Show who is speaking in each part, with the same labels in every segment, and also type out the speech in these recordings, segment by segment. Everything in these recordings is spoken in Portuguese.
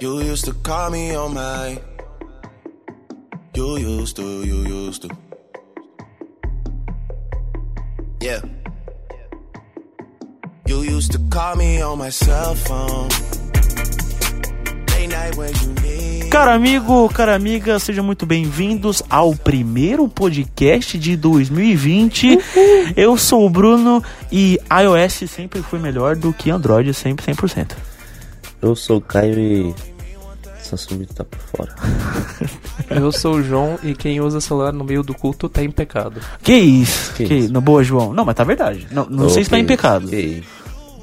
Speaker 1: You used to call me on my. You used to, you used to. Yeah. You used to call me on my cell phone. Late night when you need.
Speaker 2: Cara amigo, cara amiga, sejam muito bem-vindos ao primeiro podcast de 2020. Eu sou o Bruno e iOS sempre foi melhor do que Android, sempre 100%.
Speaker 3: Eu sou o Caio e. Samsung tá por fora.
Speaker 4: Eu sou o João e quem usa celular no meio do culto tá em pecado.
Speaker 2: Que isso? Que,
Speaker 3: Que isso?
Speaker 2: na boa, João. Não, mas tá verdade. Não, não sei se tá em
Speaker 3: Ok,
Speaker 2: pecado.
Speaker 3: ok.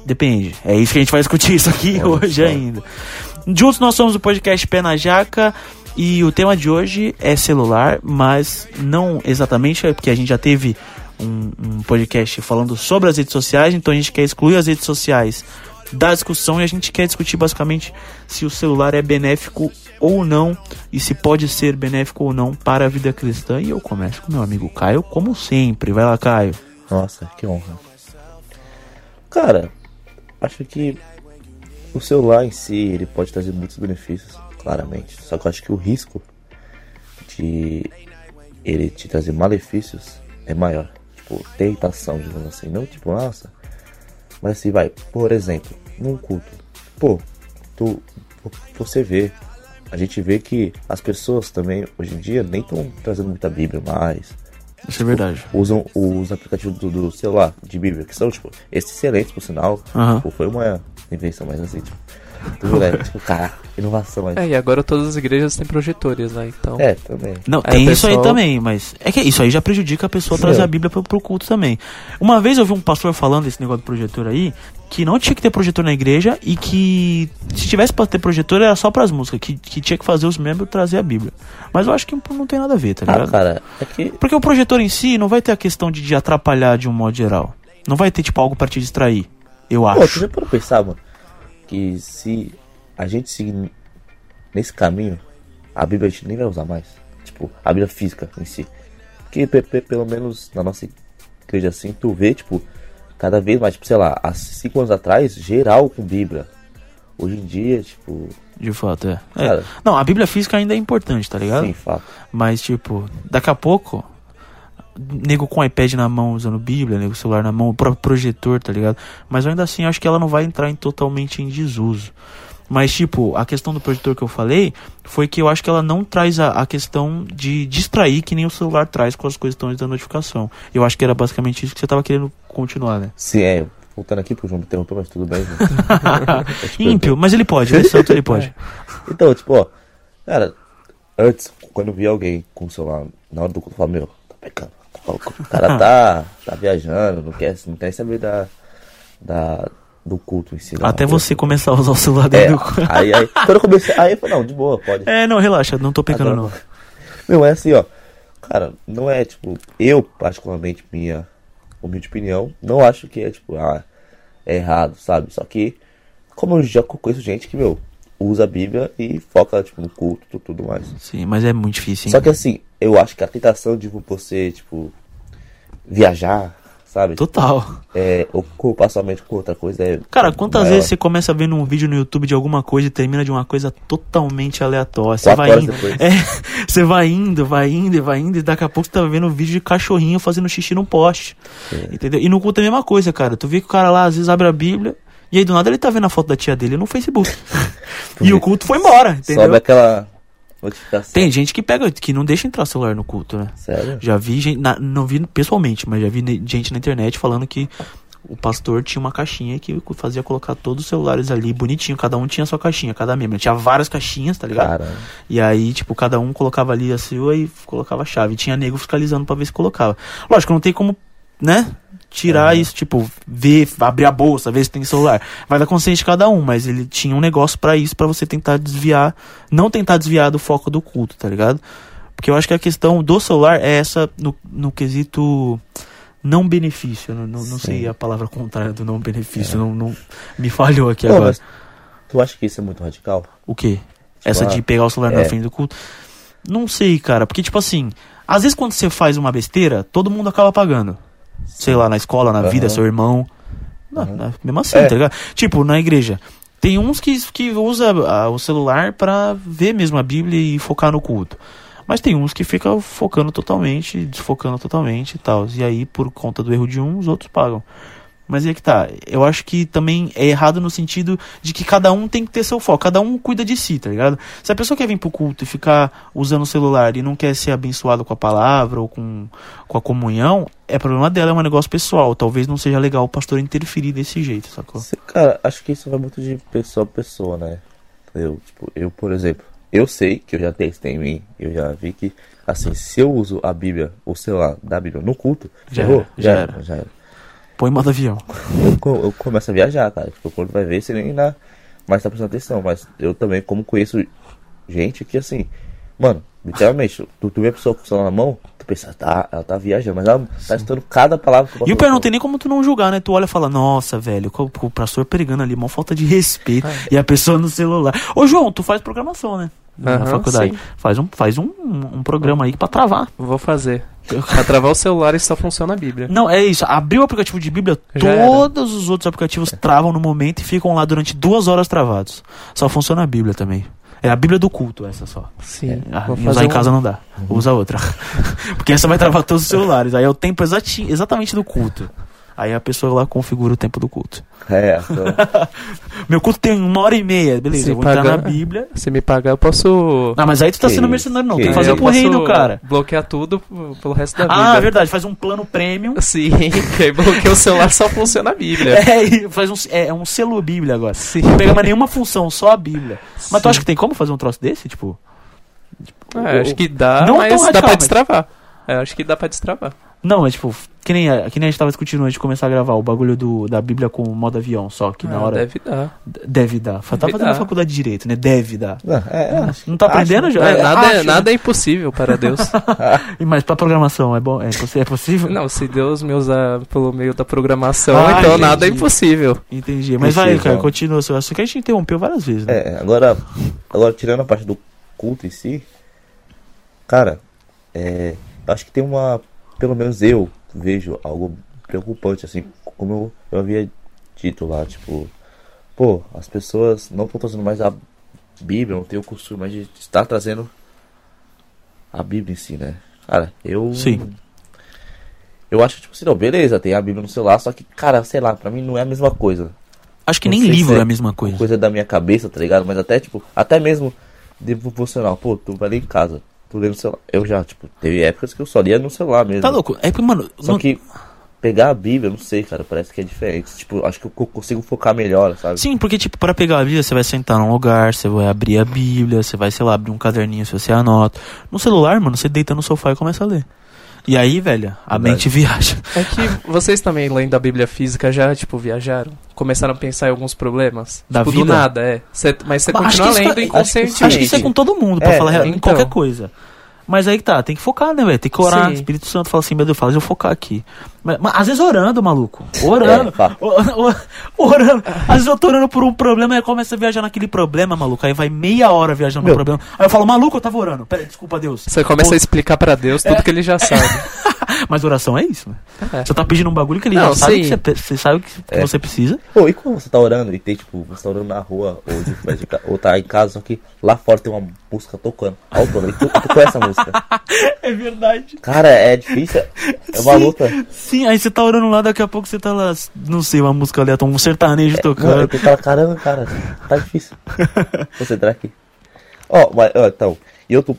Speaker 2: Depende. É isso que a gente vai discutir isso aqui
Speaker 3: Olha
Speaker 2: hoje
Speaker 3: só.
Speaker 2: ainda. Juntos nós somos o podcast Pé na Jaca e o tema de hoje é celular, mas não exatamente, é porque a gente já teve um, um podcast falando sobre as redes sociais, então a gente quer excluir as redes sociais da discussão e a gente quer discutir basicamente se o celular é benéfico ou não e se pode ser benéfico ou não para a vida cristã. E eu começo com meu amigo Caio, como sempre. Vai lá, Caio.
Speaker 3: Nossa, que honra. Cara, acho que o celular em si ele pode trazer muitos benefícios, claramente. Só que eu acho que o risco de ele te trazer malefícios é maior. Tipo, ter irritação, digamos assim. Não tipo, nossa. Mas assim, vai, por exemplo, num culto. Pô, tu, você vê. A gente vê que as pessoas também, hoje em dia, nem estão trazendo muita Bíblia mais
Speaker 2: Isso é verdade.
Speaker 3: usam os aplicativos do, do celular de Bíblia, que são, tipo, excelentes, por sinal.
Speaker 2: Aham.
Speaker 3: Tipo, foi uma invenção, mas assim, tipo, tudo é, tipo, caraca, inovação, mas...
Speaker 4: É, e agora todas as igrejas têm projetores, né? Então.
Speaker 3: É, também.
Speaker 2: Não,
Speaker 4: Aí
Speaker 2: tem
Speaker 4: o
Speaker 2: isso aí
Speaker 4: pessoal-
Speaker 2: também, mas é que isso aí já prejudica a pessoa
Speaker 3: Sim,
Speaker 2: trazer
Speaker 3: é.
Speaker 2: a Bíblia pro, pro culto também. Uma vez eu vi um pastor falando desse negócio do projetor aí, que não tinha que ter projetor na igreja e que se tivesse pra ter projetor era só pras músicas, que, que tinha que fazer os membros trazer a Bíblia. Mas eu acho que não tem nada a ver, tá
Speaker 3: Ah,
Speaker 2: ligado?
Speaker 3: cara, é que...
Speaker 2: Porque o projetor em si não vai ter a questão de, de atrapalhar de um modo geral. Não vai ter, tipo, algo pra te distrair, eu
Speaker 3: Pô, tu
Speaker 2: acho.
Speaker 3: já parou pra pensar, mano, que se a gente seguir nesse caminho, a Bíblia a gente nem vai usar mais. Tipo, a Bíblia física em si. Que pe- pe- pelo menos na nossa igreja assim, tu vê, tipo, cada vez mais, tipo, sei lá, há cinco anos atrás, geral com Bíblia. Hoje em dia, tipo,
Speaker 2: De fato, é. É.
Speaker 3: Cara.
Speaker 2: Não, a Bíblia física ainda é importante, tá ligado?
Speaker 3: Sim, fato.
Speaker 2: Mas, tipo, daqui a pouco, nego com iPad na mão usando Bíblia, nego com celular na mão, o próprio projetor, tá ligado? Mas ainda assim, acho que ela não vai entrar em totalmente em desuso. Mas, tipo, a questão do projetor que eu falei foi que eu acho que ela não traz a, a questão de distrair que nem o celular traz com as questões da notificação. Eu acho que era basicamente isso que você tava querendo continuar, né?
Speaker 3: Sim, é. Voltando aqui, porque o João me interrompeu, mas tudo bem. né? João.
Speaker 2: Ímpio, mas ele pode, ele é santo, ele pode.
Speaker 3: Então, tipo, ó. Cara, antes, quando eu via alguém com o celular na hora do culto, eu falava, meu, tá pecando. tá maluco. O cara tá, tá viajando, não quer, não quer saber da, da, do culto em si. não.
Speaker 2: Até você começar a usar o celular
Speaker 3: É,
Speaker 2: dentro do cu.
Speaker 3: aí, aí, quando eu comecei, aí eu falei, não, de boa, pode.
Speaker 2: É, não, relaxa, não tô pecando,
Speaker 3: Agora-
Speaker 2: não.
Speaker 3: Não, é assim, ó. Cara, não é, tipo, eu, particularmente, minha humilde opinião, não acho que é, tipo, ah, é errado, sabe? Só que, como eu já conheço gente que, meu, usa a Bíblia e foca, tipo, no culto e tudo mais.
Speaker 2: Sim, mas é muito difícil, hein?
Speaker 3: Só que, assim, eu acho que a tentação de você, tipo, viajar, sabe?
Speaker 2: Total.
Speaker 3: É, ocupar sua mente com outra coisa é.
Speaker 2: Cara, quantas
Speaker 3: maior.
Speaker 2: vezes você começa vendo um vídeo no YouTube de alguma coisa e termina de uma coisa totalmente aleatória? Você
Speaker 3: Quatro
Speaker 2: vai
Speaker 3: horas
Speaker 2: indo.
Speaker 3: depois.
Speaker 2: É, você vai indo, vai indo, e vai indo, e daqui a pouco você tá vendo um vídeo de cachorrinho fazendo xixi no poste. Entendeu? E no culto é a mesma coisa, cara. Tu vê que o cara lá às vezes abre a Bíblia. E aí, do nada, ele tá vendo a foto da tia dele no Facebook. e o culto foi embora,
Speaker 3: Sobe
Speaker 2: entendeu?
Speaker 3: aquela notificação.
Speaker 2: Tem gente que pega, que não deixa entrar celular no culto, né?
Speaker 3: Sério?
Speaker 2: Já vi gente, na- não vi pessoalmente, mas já vi ne- gente na internet falando que o pastor tinha uma caixinha que co- fazia colocar todos os celulares ali bonitinho, cada um tinha sua caixinha, cada membro. Tinha várias caixinhas, tá ligado?
Speaker 3: Cara,
Speaker 2: E aí, tipo, cada um colocava ali a sua e f- colocava a chave. E tinha nego fiscalizando pra ver se colocava. Lógico, não tem como, né?
Speaker 3: É.
Speaker 2: Tirar isso, tipo, ver, abrir a bolsa, ver se tem celular. Vai da consciência de cada um, mas ele tinha um negócio pra isso, pra você tentar desviar, não tentar desviar do foco do culto, tá ligado? Porque eu acho que a questão do celular é essa no, no quesito não benefício. eu Não, não, não
Speaker 3: Sim.
Speaker 2: sei a palavra contrária do não benefício, não, não- me falhou aqui
Speaker 3: Pô,
Speaker 2: agora.
Speaker 3: mas tu acha que isso é muito radical?
Speaker 2: O quê? Essa de pegar o celular na
Speaker 3: é.
Speaker 2: frente do culto? Não sei, cara. Porque, tipo assim, às vezes quando você faz uma besteira, todo mundo acaba pagando. Sei lá, na escola, na vida,
Speaker 3: Aham.
Speaker 2: seu irmão. Na- na- mesmo assim,
Speaker 3: É.
Speaker 2: tá ligado? Tipo, na igreja. Tem uns que, que usa ah, o celular pra ver mesmo a Bíblia e focar no culto. Mas tem uns que fica focando totalmente, desfocando totalmente e tal. E aí, por conta do erro de um, os outros pagam. Mas aí é que tá. Eu acho que também é errado no sentido de que cada um tem que ter seu foco. Cada um cuida de si, tá ligado? Se a pessoa quer vir pro culto e ficar usando o celular e não quer ser abençoado com a palavra ou com, com a comunhão, é problema dela, é um negócio pessoal. Talvez não seja legal o pastor interferir desse jeito, sacou?
Speaker 3: Cê- Cara, acho que isso vai muito de pessoa a pessoa, né? Eu, tipo, eu, por exemplo, eu sei que eu já testei em mim, eu já vi que, assim, se eu uso a Bíblia, ou sei lá, da Bíblia no culto,
Speaker 2: Já
Speaker 3: ferrou,
Speaker 2: era, já era.
Speaker 3: já era.
Speaker 2: Põe em modo avião.
Speaker 3: Eu, co- eu começo a viajar, cara. Tipo, quando vai ver, você nem na, mais tá prestando atenção. Mas eu também, como conheço gente que, assim, mano, literalmente, tu, tu vê a pessoa com o celular na mão, tu pensa, tá, ela tá viajando, mas ela tá estudando cada palavra que eu
Speaker 2: E o
Speaker 3: boto
Speaker 2: pior,
Speaker 3: no
Speaker 2: não tem nem como tu não julgar, né? Tu olha e fala, nossa, velho, co- o pastor pregando ali, mó falta de respeito. E a pessoa no celular. Ô, João, tu faz programação, né? Na
Speaker 4: Aham,
Speaker 2: faculdade.
Speaker 4: sim.
Speaker 2: Faz, um, faz um, um programa aí pra travar.
Speaker 4: Vou fazer. Pra travar o celular e só funciona a Bíblia.
Speaker 2: Não, é isso. Abriu o aplicativo de Bíblia,
Speaker 4: Já era. É.
Speaker 2: todos os outros aplicativos travam no momento e ficam lá durante duas horas travados. Só funciona a Bíblia também. É a Bíblia do culto, essa só.
Speaker 4: Sim.
Speaker 2: Ah,
Speaker 4: vou
Speaker 2: e usar
Speaker 4: fazer
Speaker 2: em
Speaker 4: um-
Speaker 2: casa não dá. Usa outra. Porque essa vai travar todos os celulares. Aí é o tempo exati- exatamente do culto. Aí a pessoa lá configura o tempo do culto.
Speaker 3: cu. É, então,
Speaker 2: Meu culto tem uma hora e meia, beleza.
Speaker 4: Se
Speaker 2: eu vou entrar
Speaker 4: pagar-
Speaker 2: na Bíblia.
Speaker 4: Se me pagar, eu posso. É,
Speaker 2: Ah, mas aí tu tá
Speaker 3: Que
Speaker 2: sendo
Speaker 3: isso,
Speaker 2: mercenário, não.
Speaker 3: que
Speaker 2: Tem que
Speaker 3: isso.
Speaker 2: fazer
Speaker 4: eu
Speaker 2: pro
Speaker 4: posso
Speaker 2: reino, cara.
Speaker 4: Bloquear tudo p- pelo resto da vida.
Speaker 2: Ah, é verdade. Faz um plano premium.
Speaker 4: Sim, que aí bloqueia o celular só funciona a Bíblia.
Speaker 2: É, e faz um, é, é um selo Bíblia agora.
Speaker 4: Sim.
Speaker 2: Não pega mais nenhuma função, só a Bíblia. Mas tu
Speaker 4: Sim.
Speaker 2: acha que tem como fazer um troço desse? Tipo,
Speaker 4: É, acho que dá,
Speaker 2: Não tão
Speaker 4: mas dá
Speaker 2: radical,
Speaker 4: pra
Speaker 2: mas-
Speaker 4: destravar. É, acho que dá pra destravar.
Speaker 2: não, é tipo, que nem, a, que nem a gente tava discutindo antes de começar a gravar o bagulho do, da Bíblia com o modo avião, só que na
Speaker 4: Ah,
Speaker 2: hora
Speaker 4: Deve dar.
Speaker 2: d- deve dar. Fa- Tá
Speaker 4: Deve
Speaker 2: fazendo a
Speaker 4: dar.
Speaker 2: faculdade de direito, né? Deve dar.
Speaker 3: não, é, é,
Speaker 2: Não tá aprendendo,
Speaker 4: Não,
Speaker 2: já? É,
Speaker 4: nada, é,
Speaker 2: acho,
Speaker 4: nada é impossível para Deus.
Speaker 2: né? E Mas pra programação é bom? É, possi- é possível?
Speaker 4: Não, se Deus me usar pelo meio da programação,
Speaker 2: Ah,
Speaker 4: então nada é
Speaker 2: entendi.
Speaker 4: impossível.
Speaker 2: Entendi. Mas vai,
Speaker 3: Possível.
Speaker 2: cara, continua o seu assunto que a gente interrompeu várias vezes, né?
Speaker 3: É, agora, agora tirando a parte do culto em si, cara, é, eu acho que tem uma, pelo menos eu vejo algo preocupante, assim, como eu, eu havia dito lá, tipo, pô, as pessoas não estão trazendo mais a Bíblia, não tem o costume mais de estar trazendo a Bíblia em si, né? Cara, eu
Speaker 2: Sim.
Speaker 3: eu acho, tipo assim, não, beleza, tem a Bíblia no celular, só que, cara, sei lá, pra mim não é a mesma coisa
Speaker 2: Acho que
Speaker 3: não
Speaker 2: nem
Speaker 3: sei se
Speaker 2: livro
Speaker 3: é
Speaker 2: é a mesma coisa.
Speaker 3: coisa da minha cabeça, tá ligado? Mas até, tipo, até mesmo devocional. Pô, tu vai ler em casa, tu lê no celular. Eu já, tipo, teve épocas que eu só lia no celular mesmo.
Speaker 2: Tá louco? É porque, mano,
Speaker 3: Só
Speaker 2: não-
Speaker 3: que pegar a Bíblia, não sei, cara, parece que é diferente. Tipo, acho que eu consigo focar melhor, sabe?
Speaker 2: Sim, porque, tipo, pra pegar a Bíblia, você vai sentar num lugar, você vai abrir a Bíblia, você vai, sei lá, abrir um caderninho se você anota. No celular, mano, você deita no sofá e começa a ler. E aí, velho, a
Speaker 3: Verdade.
Speaker 2: mente viaja.
Speaker 4: É que vocês também, lendo a Bíblia física, já, tipo, viajaram? Começaram a pensar em alguns problemas?
Speaker 2: Da
Speaker 4: tipo, do
Speaker 2: vida?
Speaker 4: nada, é. Cê- mas você
Speaker 2: Mas acho
Speaker 4: continua
Speaker 2: que isso
Speaker 4: lendo
Speaker 2: tá-
Speaker 4: inconscientemente.
Speaker 2: Acho que isso é com todo mundo, pra
Speaker 3: É,
Speaker 2: falar real, em
Speaker 4: então.
Speaker 2: qualquer coisa. Mas aí que tá, tem que focar, né, velho? Tem que orar.
Speaker 4: Sim.
Speaker 2: Espírito Santo fala assim, meu Deus, faz eu focar aqui. Mas, mas às vezes orando, maluco. Orando.
Speaker 3: É, fato.
Speaker 2: O- o- orando. Às vezes eu tô orando por um problema e começa a viajar naquele problema, maluco. Aí vai meia hora viajando no
Speaker 3: Meu.
Speaker 2: problema. Aí eu falo, maluco, eu tava orando. Pera, desculpa, Deus.
Speaker 4: Você começa a explicar pra Deus
Speaker 2: É.
Speaker 4: tudo que ele já sabe.
Speaker 2: Mas oração é isso, né?
Speaker 4: É.
Speaker 2: Você tá pedindo um bagulho que ele
Speaker 4: Não,
Speaker 2: já sabe
Speaker 4: sim.
Speaker 2: que você, pe- você sabe que que
Speaker 3: É.
Speaker 2: você precisa.
Speaker 3: Pô, e quando você tá orando e tem, tipo, você tá orando na rua ou, de- mas de ca- ou tá em casa, só que lá fora tem uma música tocando. Alto, né? tu, tu conhece a música.
Speaker 2: É verdade.
Speaker 3: Cara, é difícil. É uma luta.
Speaker 2: Sim, aí você tá orando lá, daqui a pouco você tá lá, não sei, uma música aleatória, um sertanejo
Speaker 3: Mano, eu
Speaker 2: tocando.
Speaker 3: tô falando, caramba, cara, tá difícil. Concentrar aqui. Ó, mas, ó, então, e outro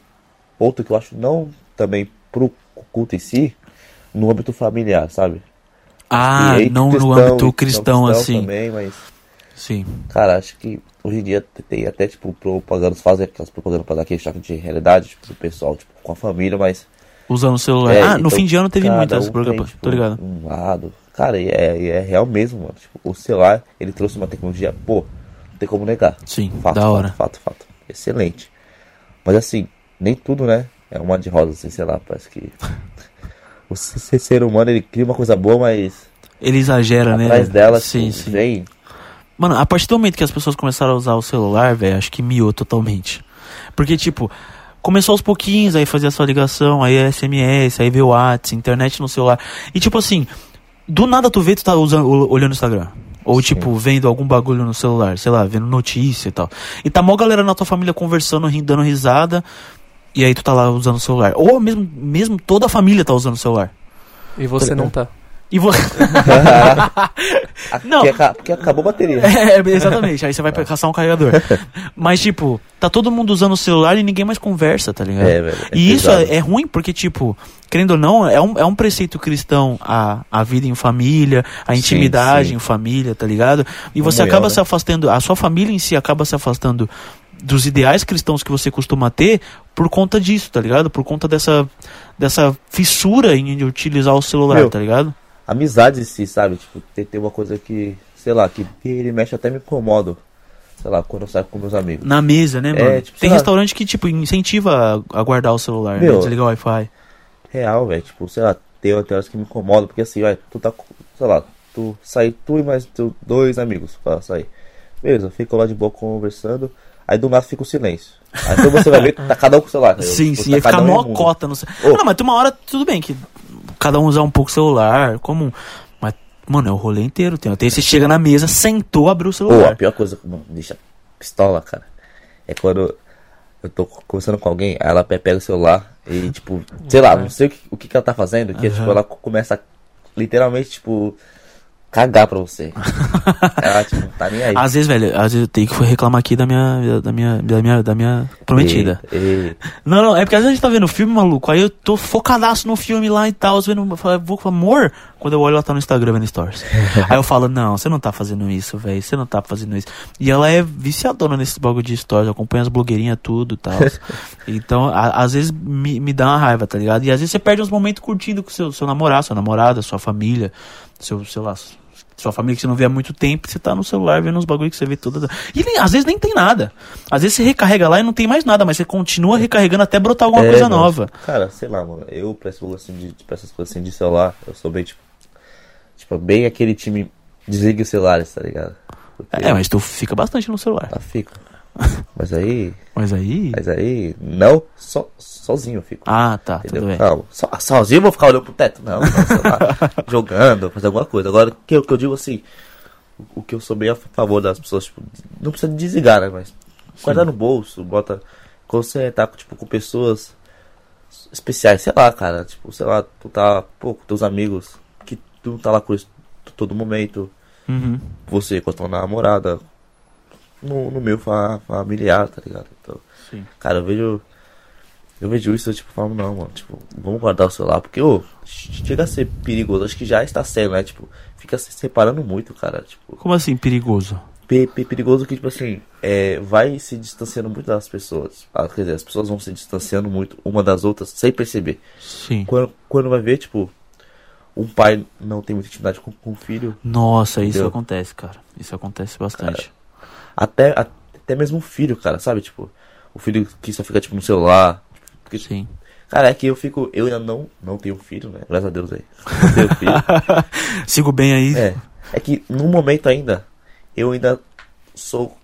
Speaker 3: ponto que eu acho não também pro culto em si, no âmbito familiar, sabe?
Speaker 2: Ah,
Speaker 3: E aí,
Speaker 2: não no
Speaker 3: cristão,
Speaker 2: âmbito
Speaker 3: não
Speaker 2: cristão, assim.
Speaker 3: Também, mas,
Speaker 2: Sim.
Speaker 3: cara, acho que hoje em dia t- tem até, tipo, propagandas, fazem aquelas propagandas pra dar aquele choque de realidade, tipo, do pessoal, tipo, com a família, mas...
Speaker 2: Usando o celular.
Speaker 3: é,
Speaker 2: ah, no
Speaker 3: então,
Speaker 2: fim de ano teve
Speaker 3: cada
Speaker 2: muitas
Speaker 3: um
Speaker 2: programas.
Speaker 3: tem, tipo,
Speaker 2: tô ligado.
Speaker 3: Um lado. Cara, e é, e é real mesmo, mano. Tipo, o celular, ele trouxe uma tecnologia, pô, não tem como negar.
Speaker 2: Sim,
Speaker 3: Fato,
Speaker 2: da
Speaker 3: fato,
Speaker 2: hora.
Speaker 3: Fato, fato. Excelente. Mas assim, nem tudo, né? É um mar de rosas, assim, sei lá, parece que. O se- se- ser humano, ele cria uma coisa boa, mas
Speaker 2: Ele exagera, né?
Speaker 3: atrás dela,
Speaker 2: Sim,
Speaker 3: tipo,
Speaker 2: sim.
Speaker 3: vem.
Speaker 2: Mano, a partir do momento que as pessoas começaram a usar o celular, velho, acho que miou totalmente. Porque, tipo, começou aos pouquinhos, aí fazia sua ligação, aí é SMS, aí veio o WhatsApp, internet no celular. E, tipo assim, do nada tu vê que tu tá usando, olhando o Instagram. Ou, tipo, vendo algum bagulho no celular, sei lá, vendo notícia e tal. E tá mó galera na tua família conversando, rindo, dando risada, e aí tu tá lá usando o celular. Ou mesmo, mesmo toda a família tá usando o celular.
Speaker 4: E você não tá.
Speaker 2: E você. Não.
Speaker 3: Porque, aca- porque é acabou a bateria.
Speaker 2: É, exatamente. Aí você vai pra caçar um carregador. Mas, tipo, tá todo mundo usando o celular e ninguém mais conversa, tá ligado?
Speaker 3: É, velho, é
Speaker 2: e isso
Speaker 3: pesado.
Speaker 2: é, é ruim porque, tipo, querendo ou não, é um, é um preceito cristão a, a vida em família, a
Speaker 3: Sim,
Speaker 2: intimidade
Speaker 3: sim.
Speaker 2: em família, tá ligado? E você
Speaker 3: Comunhão,
Speaker 2: acaba
Speaker 3: né?
Speaker 2: se afastando, a sua família em si acaba se afastando dos ideais cristãos que você costuma ter por conta disso, tá ligado? Por conta dessa, dessa fissura em utilizar o celular,
Speaker 3: Meu,
Speaker 2: tá ligado?
Speaker 3: amizade em si, sabe? Tipo, tem, tem uma coisa que, sei lá, que ele mexe até me incomoda. Sei lá, quando eu saio com meus amigos.
Speaker 2: Na mesa, né,
Speaker 3: É,
Speaker 2: mano?
Speaker 3: tipo, sei
Speaker 2: Tem
Speaker 3: lá.
Speaker 2: restaurante que, tipo, incentiva a, a guardar o celular, né?
Speaker 3: Meu.
Speaker 2: Desligar o Wi-Fi.
Speaker 3: Real, velho. Tipo, sei lá, tem, tem horas que me incomoda, porque assim, vai, tu tá, com- sei lá, tu sai tu e mais tu, dois amigos pra sair. Beleza, ficam lá de boa conversando, aí do nada fica o silêncio. Aí então você vai ver que tá cada um com o celular.
Speaker 2: sim,
Speaker 3: Tipo,
Speaker 2: sim.
Speaker 3: tá
Speaker 2: Ia ficar
Speaker 3: cada um
Speaker 2: mó
Speaker 3: no mundo.
Speaker 2: cota. No... ce-
Speaker 3: Ô.
Speaker 2: Não, mas tem uma hora, tudo bem, que cada um usar um pouco o celular, comum. Mas, mano, é o rolê inteiro. Tem, tem, você chega na mesa, sentou, abriu o
Speaker 3: Pô, a
Speaker 2: celular.
Speaker 3: pior coisa que mano, me deixa pistola, cara, é quando eu tô conversando com alguém, aí ela pe- pega o celular e, tipo, sei lá, não sei o que, o que que ela tá fazendo, que, tipo, ela co- começa a, literalmente, tipo, cagar pra você. ela, tipo, não tá nem aí.
Speaker 2: Às vezes, velho, às vezes eu tenho que reclamar aqui da minha, da minha, da minha, da minha prometida.
Speaker 3: E- e-
Speaker 2: Não, não, é porque às vezes a gente tá vendo filme, maluco, aí eu tô focadaço no filme lá e tal, às vezes eu falo, vou com amor, quando eu olho ela tá no Instagram vendo stories. aí eu falo, não, você não tá fazendo isso, velho, você não tá fazendo isso. E ela é viciadona nesse bagulho de stories, acompanha as blogueirinhas, tudo e tal. então, a- às vezes me, me dá uma raiva, tá ligado? E às vezes você perde uns momentos curtindo com seu, seu namorado, sua namorada, sua família, seu, sei lá, sua família que você não vê há muito tempo, você tá no celular vendo uns bagulho que você vê toda. E nem- às vezes nem tem nada. Às vezes você recarrega lá e não tem mais nada, mas você continua recarregando até brotar alguma
Speaker 3: é,
Speaker 2: coisa
Speaker 3: mano,
Speaker 2: nova.
Speaker 3: Cara, sei lá, mano, eu pra, esse bagulho assim de, pra essas coisas assim de celular, eu sou bem, tipo, tipo, bem aquele time desliga os celulares, tá ligado? Porque
Speaker 2: É, mas tu fica bastante no celular.
Speaker 3: eu fico. Mas aí,
Speaker 2: Mas aí.
Speaker 3: Mas aí, não, so, sozinho eu fico.
Speaker 2: Ah, tá, tudo
Speaker 3: entendeu?
Speaker 2: bem.
Speaker 3: Calma. So, sozinho eu vou ficar olhando pro teto? Não, não sei lá, jogando, fazer alguma coisa. Agora, o que, eu- que eu digo assim, o, o que eu sou bem a favor das pessoas, tipo, não precisa desligar, né? Mas guardar no bolso, bota. Quando você tá tipo, com pessoas especiais, sei lá, cara, tipo, sei lá, tu tá, pô, com teus amigos, que tu não tá lá com eles todo momento
Speaker 2: Uhum.
Speaker 3: você com a tua namorada, no, no meu fa- familiar, tá ligado? Então,
Speaker 2: Sim.
Speaker 3: cara, eu vejo. Eu vejo isso, eu tipo, falo, não, mano, tipo, vamos guardar o celular, porque, ô, che- chega a ser perigoso, acho que já está sendo, né? Tipo, fica se separando muito, cara, tipo,
Speaker 2: Como assim, perigoso?
Speaker 3: pe- pe- perigoso que, tipo assim, é, vai se distanciando muito das pessoas, Ah, quer dizer, as pessoas vão se distanciando muito uma das outras sem perceber.
Speaker 2: Sim.
Speaker 3: Quando, quando vai ver, tipo, um pai não tem muita intimidade com, com o filho,
Speaker 2: Nossa, isso
Speaker 3: Entendeu?
Speaker 2: acontece, cara. Isso acontece bastante.
Speaker 3: Até, até mesmo o filho, cara, sabe? Tipo, o filho que só fica, tipo, no celular. Porque,
Speaker 2: Sim.
Speaker 3: Cara, é que eu fico. Eu ainda não, não tenho filho, né? Graças a Deus aí. Não tenho filho.
Speaker 2: Sigo bem aí.
Speaker 3: é. É que no momento ainda, eu ainda sou